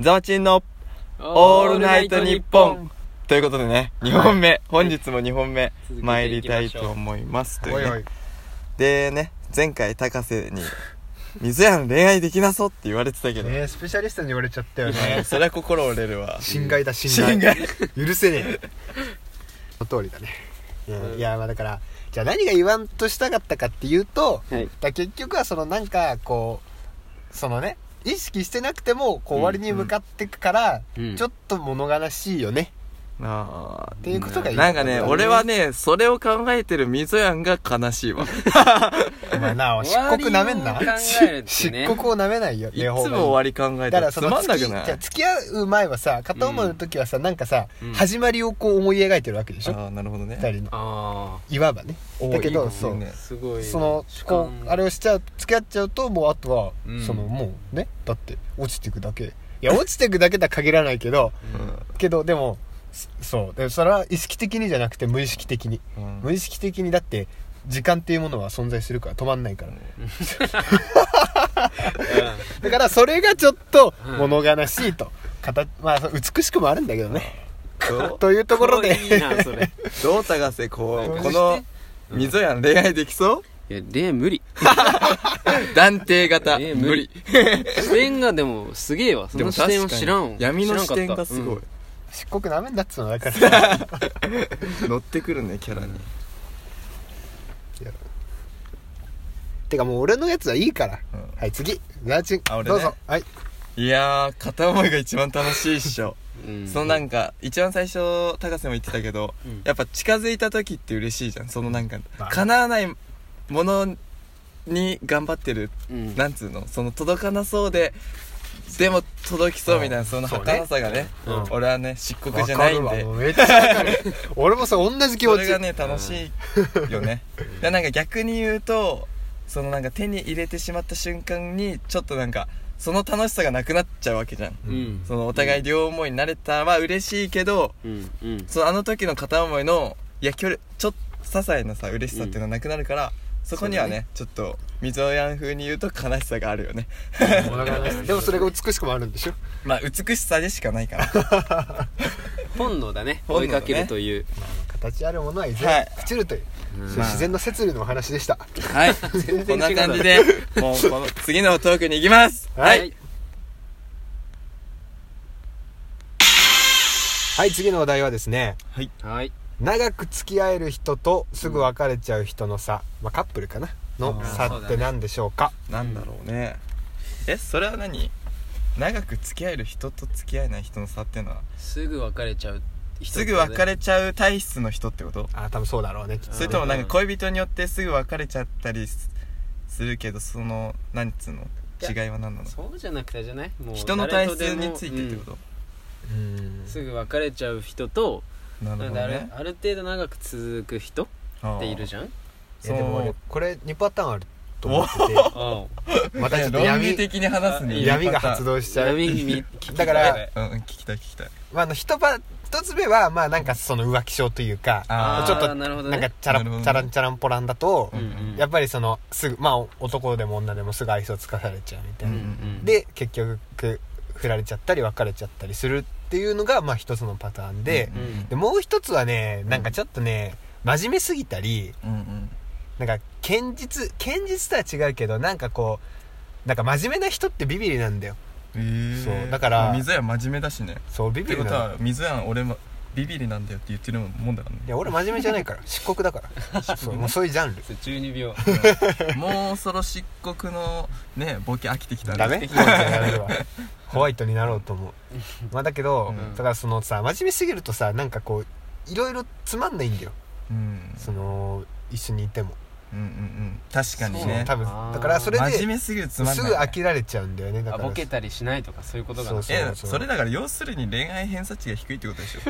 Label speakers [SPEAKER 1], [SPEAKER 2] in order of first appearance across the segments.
[SPEAKER 1] ザワチンのオールナイトニッポンということでね、2本目、本日も2本目、
[SPEAKER 2] 続けていきましょう
[SPEAKER 1] 参りたいと思います。という
[SPEAKER 3] おい
[SPEAKER 1] ね
[SPEAKER 3] おい
[SPEAKER 1] でね、前回高瀬に、水谷の恋愛できなそうって言われてたけど、
[SPEAKER 3] ねえスペシャリストに言われちゃったよ
[SPEAKER 1] ね
[SPEAKER 3] ね
[SPEAKER 1] それは心折れるわ。
[SPEAKER 3] 侵害だ侵
[SPEAKER 1] 侵
[SPEAKER 3] 害
[SPEAKER 1] 害。
[SPEAKER 3] 許せねえその通りだねいや,、
[SPEAKER 2] うん
[SPEAKER 3] いやまあだからじゃあ何が言わんとしたかったかっていうと、
[SPEAKER 2] はい
[SPEAKER 3] だから結局はそのなんかこうそのね意識してなくてもこう終わりに向かってくから、
[SPEAKER 2] うん
[SPEAKER 3] ちょっと物悲しいよね、
[SPEAKER 1] あー
[SPEAKER 3] っていうことがいい
[SPEAKER 1] なんかね、
[SPEAKER 3] ことだね
[SPEAKER 1] 俺はね、それを考えてる水谷が悲しいわ。
[SPEAKER 3] お前な漆黒なめんな
[SPEAKER 2] 終わりを考えるって
[SPEAKER 3] 漆
[SPEAKER 2] ね
[SPEAKER 3] 黒をなめないよ
[SPEAKER 1] いつも
[SPEAKER 3] 方が
[SPEAKER 1] 終わり考え
[SPEAKER 3] だ
[SPEAKER 1] て
[SPEAKER 3] から
[SPEAKER 1] る
[SPEAKER 3] そ
[SPEAKER 1] つ
[SPEAKER 3] の
[SPEAKER 1] まんな
[SPEAKER 3] 付き
[SPEAKER 1] くない
[SPEAKER 3] じゃあ付き合う前はさ片思いの時はさ、なんかさ、
[SPEAKER 2] うん
[SPEAKER 3] 始まりをこう思い描いてるわけでしょ
[SPEAKER 1] ああ、なるほどね。
[SPEAKER 3] 二人の
[SPEAKER 2] あ
[SPEAKER 3] いわばね
[SPEAKER 1] おー
[SPEAKER 3] だけど
[SPEAKER 1] いいか
[SPEAKER 3] そ
[SPEAKER 1] も
[SPEAKER 3] う
[SPEAKER 1] ね
[SPEAKER 2] すごいな
[SPEAKER 3] その
[SPEAKER 2] 主
[SPEAKER 3] こ
[SPEAKER 2] 観
[SPEAKER 3] うあれをしちゃう付き合っちゃうともうあとは、
[SPEAKER 1] うん
[SPEAKER 3] そのもうねだって落ちていくだけいや落ちていくだけとは限らないけどけどでもそそうでそれは意識的にじゃなくて無意識的に
[SPEAKER 1] うん
[SPEAKER 3] 無意識的にだって時間っていうものは存在するから止まんないから、だからそれがちょっと
[SPEAKER 2] うん
[SPEAKER 3] 物悲しいと、かたまあそう美しくもあるんだけどね
[SPEAKER 1] どう
[SPEAKER 3] というとこ ろで
[SPEAKER 2] いいなそれ
[SPEAKER 1] どう高瀬こ
[SPEAKER 3] どう
[SPEAKER 1] う
[SPEAKER 3] し
[SPEAKER 1] こ
[SPEAKER 3] て
[SPEAKER 1] の溝やん恋愛できそう
[SPEAKER 2] いやで無理
[SPEAKER 1] 断定型
[SPEAKER 2] ね
[SPEAKER 1] 無理
[SPEAKER 2] 視点がでもすげえわその視点を知らん
[SPEAKER 1] 闇の視点がすごい、
[SPEAKER 3] 漆黒なめんなっつうのだから
[SPEAKER 1] 乗ってくるねキャラに
[SPEAKER 3] てかもう俺のやつはいいから、
[SPEAKER 1] うん
[SPEAKER 3] はい次ラーチン
[SPEAKER 1] あ俺ね
[SPEAKER 3] どうぞはい
[SPEAKER 1] いやー片思いが一番楽しいっしょ
[SPEAKER 2] うん
[SPEAKER 1] そのなんか一番最初高瀬も言ってたけど、
[SPEAKER 2] うん
[SPEAKER 1] やっぱ近づいた時って嬉しいじゃんそのなんか
[SPEAKER 3] まあ
[SPEAKER 1] 叶わないものに頑張ってる、
[SPEAKER 2] うん
[SPEAKER 1] なんつうのその届かなそうででも届きそうみたいなその儚さがね
[SPEAKER 2] そうねうん
[SPEAKER 1] 俺はね漆黒
[SPEAKER 3] わ
[SPEAKER 1] じゃないん
[SPEAKER 3] か
[SPEAKER 1] で
[SPEAKER 3] るわもうめっちゃわ かる俺もさ同じ気持
[SPEAKER 1] そ
[SPEAKER 3] ち
[SPEAKER 1] れがね楽しいよ ねでなんか逆に言うとそのなんか手に入れてしまった瞬間にちょっとなんかその楽しさがなくなっちゃうわけじゃん
[SPEAKER 2] うん
[SPEAKER 1] そのお互い両思いになれたは嬉しいけど
[SPEAKER 2] うんうん
[SPEAKER 1] そのあの時の片思いのいや距離ちょっと些細なさ嬉しさっていうのはなくなるから、そこにはねちょっと水尾やん風に言うと悲しさがあるよね
[SPEAKER 3] 物悲しいで もそれが美しくもあるんでしょ
[SPEAKER 1] まあ美しさでしかないから
[SPEAKER 2] 本能だね
[SPEAKER 1] 本能
[SPEAKER 2] 追
[SPEAKER 1] だね
[SPEAKER 2] いかけるという
[SPEAKER 3] 形あるものはいず
[SPEAKER 1] は
[SPEAKER 3] れ
[SPEAKER 1] い
[SPEAKER 3] 朽ちるという、そういう
[SPEAKER 1] まあ
[SPEAKER 3] 自然の摂理のお話でした
[SPEAKER 1] はい こんな感じでもうこの次のトークに行きます
[SPEAKER 3] はいはい次のお題はですね
[SPEAKER 2] はい
[SPEAKER 3] 長く付き合える人とすぐ別れちゃう人の差、まあ、カップルかなの
[SPEAKER 1] あー
[SPEAKER 3] 差
[SPEAKER 2] そう
[SPEAKER 3] っ
[SPEAKER 2] だ
[SPEAKER 3] て
[SPEAKER 2] ね
[SPEAKER 3] 何でしょうか
[SPEAKER 1] なんだろうね、えそれは何長く付き合える人と付き合えない人の差っていうのは
[SPEAKER 2] すぐ別れちゃう人
[SPEAKER 1] すぐ別れちゃう体質の人ってこと
[SPEAKER 3] ああ多分そうだろうねきっとね
[SPEAKER 1] それともなんか恋人によってすぐ別れちゃったりすするけどその何つうの
[SPEAKER 2] いや
[SPEAKER 1] 違いは何なの
[SPEAKER 2] そうじゃなくてじゃないもう
[SPEAKER 1] 人の体質についてって
[SPEAKER 2] と
[SPEAKER 1] こ
[SPEAKER 3] うーん
[SPEAKER 2] すぐ別れちゃう人と
[SPEAKER 1] と、な
[SPEAKER 2] な
[SPEAKER 1] る
[SPEAKER 2] ん
[SPEAKER 1] ほ
[SPEAKER 2] だ
[SPEAKER 1] ど
[SPEAKER 2] あれ
[SPEAKER 1] ね
[SPEAKER 2] ある程度長く続く人っているじ
[SPEAKER 1] ゃん
[SPEAKER 2] ゃん
[SPEAKER 3] いやでも俺これ2パターンあると思って
[SPEAKER 2] あ
[SPEAKER 3] てまたちょっと
[SPEAKER 1] 論
[SPEAKER 3] 闇
[SPEAKER 1] 理的に話すね
[SPEAKER 3] 闇が発
[SPEAKER 1] 動
[SPEAKER 3] 動し
[SPEAKER 2] じ
[SPEAKER 3] ち
[SPEAKER 2] ゃ
[SPEAKER 3] ゃ
[SPEAKER 2] あ
[SPEAKER 3] う、
[SPEAKER 2] だ
[SPEAKER 3] だ
[SPEAKER 2] か
[SPEAKER 3] からら
[SPEAKER 1] うんうん聞きたい聞きたい
[SPEAKER 3] まあ、あの 1, パ一つ目はまあなんかその浮気症というか
[SPEAKER 1] あー
[SPEAKER 3] ちょっと
[SPEAKER 2] なるほどね
[SPEAKER 3] なんかチャラ
[SPEAKER 1] なるほどね
[SPEAKER 3] チャランチャランポランだと、
[SPEAKER 1] うん
[SPEAKER 3] やっぱりそのすぐまあ男でも女でもすぐ愛想つかされちゃうみたいな、で結局振られちゃったり別れちゃったりするっていうのがまあ一つのパターンで,、
[SPEAKER 2] うん
[SPEAKER 3] でもう一つはねなんかちょっとね、真面目すぎたり
[SPEAKER 1] うんうん
[SPEAKER 3] なんか堅実堅実とは違うけどなんかこうなんか真面目な人ってビビりなんだよ
[SPEAKER 1] えー
[SPEAKER 3] そうだから
[SPEAKER 1] 水や真面目だしね
[SPEAKER 3] そうビ
[SPEAKER 1] って
[SPEAKER 3] ビ
[SPEAKER 1] こ
[SPEAKER 3] りな
[SPEAKER 1] と
[SPEAKER 3] の
[SPEAKER 1] は水やん俺もビビリなんだよって言ってるもんだからね
[SPEAKER 3] いや俺真面目じゃないから漆黒だからそうもうそういうジャンル
[SPEAKER 2] 12秒
[SPEAKER 1] もうそろ漆黒のねボケ飽きてきたね
[SPEAKER 3] ダメ
[SPEAKER 2] 素敵
[SPEAKER 3] ダメだわホワイトになろうと思うまあだけど、
[SPEAKER 1] うん
[SPEAKER 3] だからそのさ真面目すぎるとさなんかこういろいろつまんないんだよ
[SPEAKER 1] うん
[SPEAKER 3] その一緒にいても、
[SPEAKER 1] うんうんうん確かに
[SPEAKER 3] そ
[SPEAKER 1] ね
[SPEAKER 3] う多分
[SPEAKER 2] あー
[SPEAKER 3] だからそれで
[SPEAKER 1] 真面
[SPEAKER 3] す
[SPEAKER 1] 目すぎるつまんない
[SPEAKER 3] ぐ飽きられちゃうんだよねだ
[SPEAKER 2] あ
[SPEAKER 3] から
[SPEAKER 2] ボケたりしないとかそういうことが
[SPEAKER 3] そう
[SPEAKER 2] な
[SPEAKER 3] そう
[SPEAKER 1] えそれだから要するに恋愛偏差値が低いってことでしょ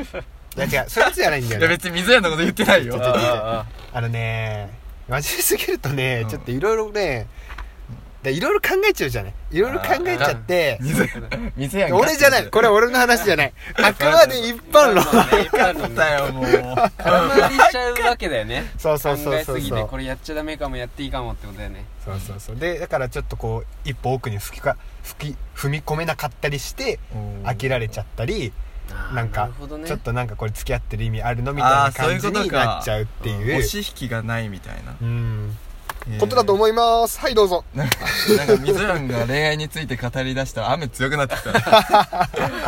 [SPEAKER 1] い
[SPEAKER 3] いや違うそれじゃないんだ
[SPEAKER 1] や
[SPEAKER 3] よね
[SPEAKER 1] 別に水谷のこと言ってないよ
[SPEAKER 3] ちょっ
[SPEAKER 2] あ
[SPEAKER 3] とちょっ
[SPEAKER 2] あああ
[SPEAKER 3] あのね真面目すぎるとね、
[SPEAKER 1] うん
[SPEAKER 3] ちょっといろいろねでいろいろ考えちゃうじゃないいろいろ考えちゃって
[SPEAKER 1] 水水やん
[SPEAKER 3] 俺じゃないこれは俺の話じゃないあくまで一般論
[SPEAKER 2] まあね一般 論ね
[SPEAKER 1] だよもう
[SPEAKER 2] 空回りしちゃうわけだよね
[SPEAKER 3] そう
[SPEAKER 2] 考
[SPEAKER 3] そうそう
[SPEAKER 2] え
[SPEAKER 3] そ
[SPEAKER 2] す
[SPEAKER 3] う
[SPEAKER 2] ぎ
[SPEAKER 3] そ
[SPEAKER 2] て
[SPEAKER 3] う
[SPEAKER 2] これやっちゃダメかもやっていいかもってことだよね
[SPEAKER 3] そうそうそうでだからちょっとこう一歩奥に吹きか吹き踏み込めなかったりして飽きられちゃったりなん
[SPEAKER 2] な
[SPEAKER 3] か
[SPEAKER 2] るほどね
[SPEAKER 3] ちょっとなんかこれ付き合ってる意味あるのみたいな感じ
[SPEAKER 1] あーそういうこと
[SPEAKER 3] に
[SPEAKER 1] か
[SPEAKER 3] なっちゃうっていう
[SPEAKER 1] 押し引きがないみたいな
[SPEAKER 3] うん
[SPEAKER 1] えー
[SPEAKER 3] ことだと思いますはいどうぞ
[SPEAKER 1] なんか、なんか、みずらんが恋愛について語り出したら雨強くなってきた ね。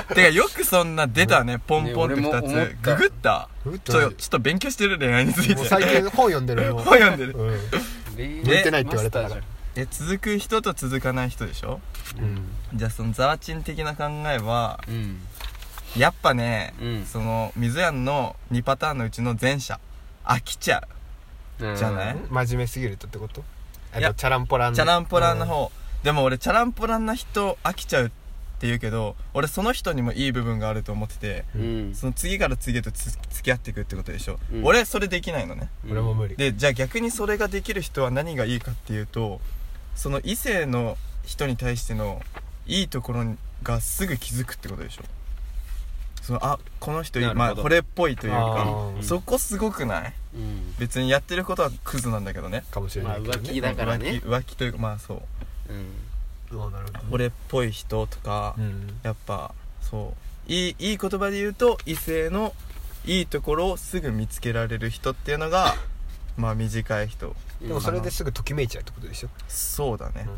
[SPEAKER 1] てか、よくそんな出たね、ポンポンって
[SPEAKER 2] ね
[SPEAKER 1] 二
[SPEAKER 2] 俺も思っ
[SPEAKER 1] つ。
[SPEAKER 2] た
[SPEAKER 1] ググった
[SPEAKER 3] ググっ
[SPEAKER 1] ち
[SPEAKER 3] た
[SPEAKER 1] ょ、ちょっと勉強してる恋愛について。
[SPEAKER 3] もう
[SPEAKER 1] 本
[SPEAKER 3] 最 近本読んでるの
[SPEAKER 1] 読んでる。
[SPEAKER 3] うん
[SPEAKER 2] 向
[SPEAKER 1] 向いて
[SPEAKER 3] ないって言われたから
[SPEAKER 1] え、続く人と続かない人でしょ
[SPEAKER 3] うん
[SPEAKER 1] じゃあ、そのザワチン的な考えは、
[SPEAKER 2] うん
[SPEAKER 1] やっぱね、
[SPEAKER 2] うん
[SPEAKER 1] その、みずやんの2パターンのうちの前者。飽きちゃう。じゃない、
[SPEAKER 3] 真面目すぎるとってことえ
[SPEAKER 1] い
[SPEAKER 3] っ
[SPEAKER 1] や
[SPEAKER 3] とチャランポラン
[SPEAKER 1] チャランポランの方、でも俺チャランポランな人飽きちゃうって言うけど俺その人にもいい部分があると思ってて
[SPEAKER 2] うん
[SPEAKER 1] その次から次へとつ付き合っていくってことでしょ、
[SPEAKER 2] うん
[SPEAKER 1] 俺それできないのね
[SPEAKER 3] うん俺も無理
[SPEAKER 1] でじゃあ逆にそれができる人は何がいいかっていうとその異性の人に対してのいいところがすぐ気づくってことでしょそのあこの人いい
[SPEAKER 2] なる
[SPEAKER 1] ま
[SPEAKER 2] ほ
[SPEAKER 1] あ
[SPEAKER 2] ど
[SPEAKER 1] これっぽいというか
[SPEAKER 3] あー
[SPEAKER 1] そこすごくない
[SPEAKER 2] うん
[SPEAKER 1] 別にやってることはクズなんだけどね
[SPEAKER 3] かもしれ
[SPEAKER 2] ま
[SPEAKER 3] な
[SPEAKER 2] あ
[SPEAKER 3] いけど
[SPEAKER 2] 浮
[SPEAKER 3] ね
[SPEAKER 2] 気だから
[SPEAKER 1] 浮
[SPEAKER 2] ね
[SPEAKER 1] 気浮気というかまあそう
[SPEAKER 2] うん
[SPEAKER 3] うんなるほどね
[SPEAKER 1] 俺っぽい人とか、
[SPEAKER 3] うん
[SPEAKER 1] やっぱそういいいい言葉で言うと異性のいいところをすぐ見つけられる人っていうのがまあ短い人
[SPEAKER 3] でもそれですぐときめいちゃうってことでしょ
[SPEAKER 1] そうだね、
[SPEAKER 3] うん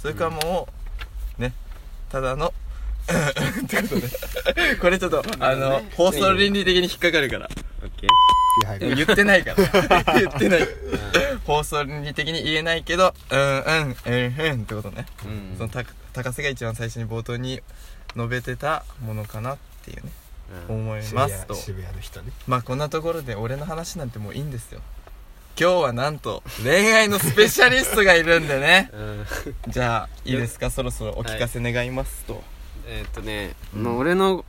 [SPEAKER 1] それかもうねただの ってことねこれちょっとあ
[SPEAKER 2] なる
[SPEAKER 1] の
[SPEAKER 2] ほどね
[SPEAKER 1] 放送倫理的に引っかかるから
[SPEAKER 2] オッケ
[SPEAKER 3] 気入る
[SPEAKER 1] 言ってないから言ってない放送倫理的に言えないけどうんうんうんうんってことね
[SPEAKER 2] ーうん
[SPEAKER 1] そのた高瀬が一番最初に冒頭に述べてたものかなっていうね
[SPEAKER 2] うん
[SPEAKER 1] 思い
[SPEAKER 3] 渋
[SPEAKER 1] ますと
[SPEAKER 3] 谷渋谷の人ね
[SPEAKER 1] まあこんなところで俺の話なんてもういいんですよ今日はなんと恋愛のスペシャリストがいるんでね
[SPEAKER 2] うん
[SPEAKER 1] じゃあいいですかそろそろお聞かせ願いますと、
[SPEAKER 2] えーっとね
[SPEAKER 1] うん
[SPEAKER 2] まあ俺の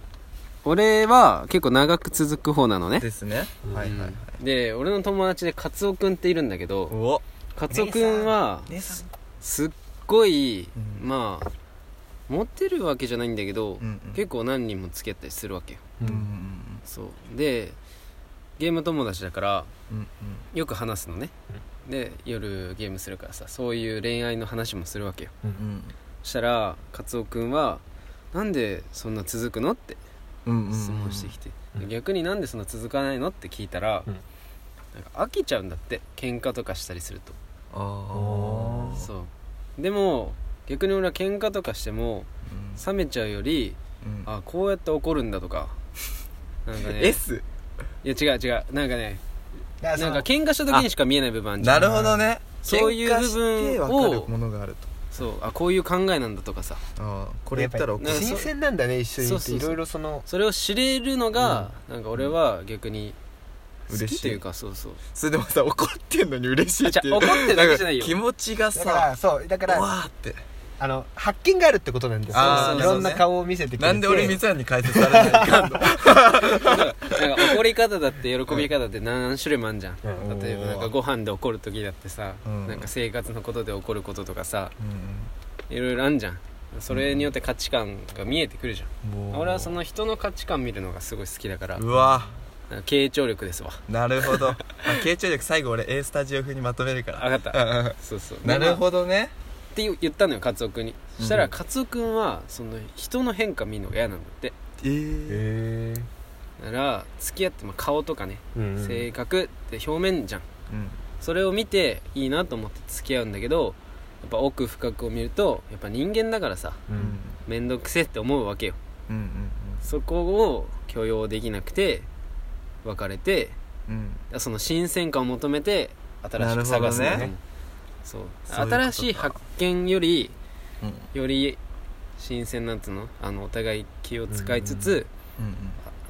[SPEAKER 2] 俺は結構長く続く方なのね
[SPEAKER 1] ですね、はいはいはい
[SPEAKER 2] で俺の友達でカツオくんっているんだけど
[SPEAKER 1] お
[SPEAKER 2] カツオくんは
[SPEAKER 1] 姉さん
[SPEAKER 2] すっごい、
[SPEAKER 1] うん
[SPEAKER 2] まあモテるわけじゃないんだけど、
[SPEAKER 1] うんうん
[SPEAKER 2] 結構何人も付き合ったりするわけよ
[SPEAKER 1] う
[SPEAKER 3] うん
[SPEAKER 1] うんん
[SPEAKER 2] そうでゲーム友達だから
[SPEAKER 1] うん
[SPEAKER 2] よく話すのね、で夜ゲームするからさそういう恋愛の話もするわけよ
[SPEAKER 1] うん
[SPEAKER 2] そしたらカツオくんは「なんでそんな続くの?」って
[SPEAKER 1] うんうん
[SPEAKER 2] 質問してきて、
[SPEAKER 3] うんうん
[SPEAKER 2] 逆になんでそんな続かないのって聞いたら、
[SPEAKER 3] うん
[SPEAKER 2] なんか飽きちゃうんだって喧嘩とかしたりすると
[SPEAKER 1] ああ
[SPEAKER 2] そうでも逆に俺は喧嘩とかしても冷めちゃうより
[SPEAKER 1] うん
[SPEAKER 2] あこうやって怒るんだとか なんかね
[SPEAKER 1] S
[SPEAKER 2] いや違う違うなんかね
[SPEAKER 3] だ
[SPEAKER 2] なんから喧嘩した時にしか見えない部分あるじゃん
[SPEAKER 1] なるほどね
[SPEAKER 2] そういう部分を
[SPEAKER 1] 喧嘩して分かるものがあると
[SPEAKER 2] そうあこういう考えなんだとかさ
[SPEAKER 1] ああこ
[SPEAKER 3] こ
[SPEAKER 1] れ言ったら怒
[SPEAKER 2] なんかそう
[SPEAKER 3] 新鮮なんだね一緒に
[SPEAKER 2] そう
[SPEAKER 3] い
[SPEAKER 2] そう
[SPEAKER 3] て
[SPEAKER 2] そう
[SPEAKER 3] いろいろその
[SPEAKER 2] それを知れるのが、なんか俺は逆に好
[SPEAKER 1] 嬉
[SPEAKER 2] き
[SPEAKER 1] しい
[SPEAKER 2] というかそうそう
[SPEAKER 1] それでもさ怒ってんのに嬉しいっていう
[SPEAKER 2] あじゃあ怒ってるだけじゃないよ
[SPEAKER 1] んか気持ちが
[SPEAKER 3] だか
[SPEAKER 1] さ
[SPEAKER 3] らそうだか
[SPEAKER 1] う
[SPEAKER 3] ら
[SPEAKER 1] わーって
[SPEAKER 3] あの発見があるってことなんですよ
[SPEAKER 1] あ
[SPEAKER 2] ー
[SPEAKER 3] い
[SPEAKER 2] なるほど
[SPEAKER 3] ろん
[SPEAKER 1] ね
[SPEAKER 3] な顔を見せてくれて
[SPEAKER 1] なんで俺水谷に解説されないかんの
[SPEAKER 2] なんか怒り方だって喜び方だって何種類もあんじゃん
[SPEAKER 3] うん
[SPEAKER 1] うん
[SPEAKER 2] 例えばなんかご飯で怒る時だってさ、
[SPEAKER 1] うん
[SPEAKER 2] なんか生活のことで怒ることとかさいろいろあんじゃんそれによって価値観が見えてくるじゃん、俺はその人の価値観見るのがすごい好きだから
[SPEAKER 1] うわ
[SPEAKER 2] なんか傾聴力ですわ
[SPEAKER 1] なるほど、まあ、傾聴力最後俺 A スタジオ風にまとめるから
[SPEAKER 2] 分かった
[SPEAKER 1] うんうん
[SPEAKER 2] そうそう
[SPEAKER 1] なる
[SPEAKER 2] ど
[SPEAKER 1] ほどね
[SPEAKER 2] って言ったのよカツオ君にそした
[SPEAKER 1] う
[SPEAKER 2] ら
[SPEAKER 1] ん
[SPEAKER 2] カツオ君はその人の変化見るのが嫌なんだって
[SPEAKER 1] えー、
[SPEAKER 3] へえ
[SPEAKER 2] だから付き合っても顔とかね性格って表面じゃん
[SPEAKER 1] うん
[SPEAKER 2] それを見ていいなと思って付き合うんだけどやっぱ奥深くを見るとやっぱ人間だからさ
[SPEAKER 1] うん
[SPEAKER 2] 面倒くせえって思うわけよ
[SPEAKER 1] うんうん
[SPEAKER 2] そこを許容できなくて別れて
[SPEAKER 1] うんうん
[SPEAKER 2] その新鮮感を求めて新しく探すん
[SPEAKER 1] なる
[SPEAKER 2] だと思う
[SPEAKER 1] ほどね
[SPEAKER 2] そう
[SPEAKER 1] そういうことか
[SPEAKER 2] 新しい発見より
[SPEAKER 1] うん
[SPEAKER 2] より新鮮なんつうのあのお互い気を使いつつ、
[SPEAKER 1] うん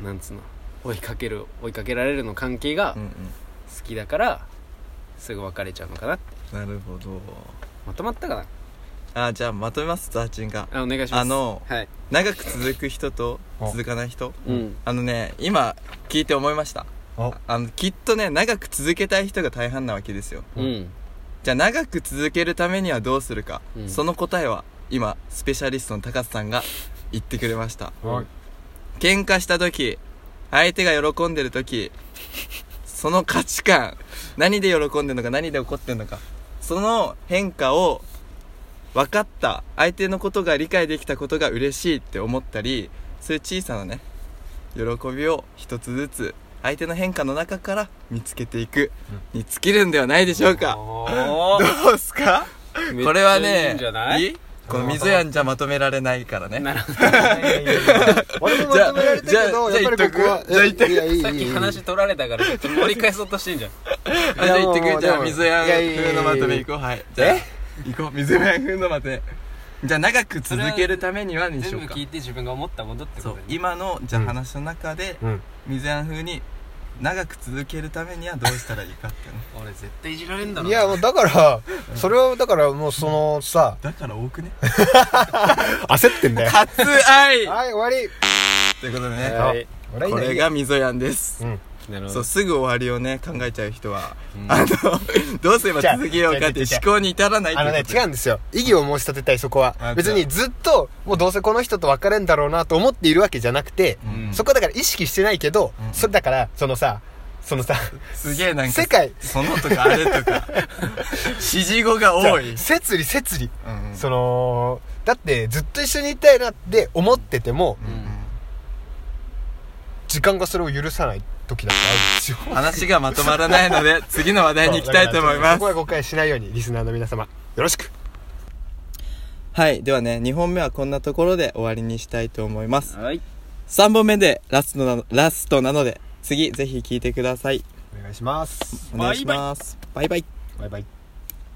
[SPEAKER 2] なんつうの追いかける追いかけられるの関係が
[SPEAKER 1] うんう
[SPEAKER 2] 好
[SPEAKER 1] ん
[SPEAKER 2] きだから、すぐ別れちゃうのかなって
[SPEAKER 1] なるほど
[SPEAKER 2] まとまったかな
[SPEAKER 1] あじゃあまとめますザーチンが
[SPEAKER 2] あお願いします
[SPEAKER 1] あの
[SPEAKER 2] はい
[SPEAKER 1] 長く続く人と続かない人
[SPEAKER 2] うん
[SPEAKER 1] あのね今聞いて思いました
[SPEAKER 3] あ
[SPEAKER 1] あのきっとね長く続けたい人が大半なわけですよ
[SPEAKER 2] うん
[SPEAKER 1] じゃあ長く続けるためにはどうするか、
[SPEAKER 2] うん
[SPEAKER 1] その答えは今スペシャリストの高津さんが言ってくれました
[SPEAKER 3] はい
[SPEAKER 1] 喧嘩した時相手が喜んでる時その価値観何で喜んでるのか何で怒ってるのかその変化を分かった相手のことが理解できたことが嬉しいって思ったりそういう小さなね喜びを一つずつ相手の変化の中から見つけていくに尽きるんではないでしょうか
[SPEAKER 2] おー
[SPEAKER 1] どうすか
[SPEAKER 2] めっちゃ
[SPEAKER 1] これはね
[SPEAKER 2] いいんじゃない
[SPEAKER 1] いこの水やんじゃまとめられないからね
[SPEAKER 2] なるほど
[SPEAKER 3] 俺もまとめられたけど
[SPEAKER 1] じゃあ
[SPEAKER 3] やっぱりここは
[SPEAKER 1] じゃあ言っとく
[SPEAKER 3] いやいやいい
[SPEAKER 2] さっき話取られたからちょっと盛り返そうとしてんじゃん
[SPEAKER 1] あじゃあ行ってく
[SPEAKER 3] い
[SPEAKER 1] れ
[SPEAKER 3] やもう
[SPEAKER 1] じゃあ
[SPEAKER 3] でも
[SPEAKER 1] 水やん
[SPEAKER 3] いやいやいや
[SPEAKER 1] 風のまとめ行こうはいじゃあ行こう水やん風のまとめじゃあ長く続けるためにはにし
[SPEAKER 2] 全
[SPEAKER 1] よ
[SPEAKER 2] 部
[SPEAKER 1] うか
[SPEAKER 2] 聞いて自分が思ったことって
[SPEAKER 1] そ
[SPEAKER 2] こ
[SPEAKER 1] う
[SPEAKER 2] とね
[SPEAKER 1] 今のじゃあ
[SPEAKER 3] うん
[SPEAKER 1] 話の中で
[SPEAKER 3] うん
[SPEAKER 1] 水やん風に長く続けるためにはどうしたらいいかってね
[SPEAKER 2] 俺絶対いじられんだろ
[SPEAKER 3] いやもうだからそれはだからもうそのさ
[SPEAKER 1] だから多くね
[SPEAKER 3] 焦ってんだよ
[SPEAKER 1] 初愛
[SPEAKER 3] はい終わり
[SPEAKER 1] ということでね
[SPEAKER 2] はい
[SPEAKER 3] 俺はいい
[SPEAKER 1] こ
[SPEAKER 3] ね
[SPEAKER 1] れが水やんです
[SPEAKER 3] うん
[SPEAKER 2] なるほ
[SPEAKER 1] そ
[SPEAKER 2] ど
[SPEAKER 1] うすぐ終わりをね考えちゃう人は、
[SPEAKER 2] うん
[SPEAKER 1] あの どうすれば続けようかっていう
[SPEAKER 3] じゃあ
[SPEAKER 1] 思考に至らないって
[SPEAKER 3] あ
[SPEAKER 1] いう
[SPEAKER 3] の
[SPEAKER 1] こと
[SPEAKER 3] ね違うんですよ意義を申し立てたいそこ
[SPEAKER 1] あ
[SPEAKER 3] は別にずっともうどうせこの人と別れんだろうなと思っているわけじゃなくて、
[SPEAKER 1] うん
[SPEAKER 3] そこはだから意識してないけど、
[SPEAKER 1] うん
[SPEAKER 3] それだからそのさそのさ
[SPEAKER 1] すげえなんか
[SPEAKER 3] 世界
[SPEAKER 1] そのとかあれと か指示語が多い、
[SPEAKER 3] 説理説理、
[SPEAKER 1] うん
[SPEAKER 3] そのだってずっと一緒にいたいなって思ってても、時間がそれを許さない時だってあるんですよ
[SPEAKER 1] 話がまとまらないの で次の話題に行きたいと思いま
[SPEAKER 3] そ
[SPEAKER 1] す
[SPEAKER 3] こは誤解しないようにリスナーの皆様よろしく
[SPEAKER 1] はいではね2本目はこんなところで終わりにしたいと思います
[SPEAKER 2] はい
[SPEAKER 1] 3本目でラストなのラストなので次ぜひ聞いてください
[SPEAKER 3] お願いします
[SPEAKER 1] お願いしますバイバイ
[SPEAKER 3] バイバイ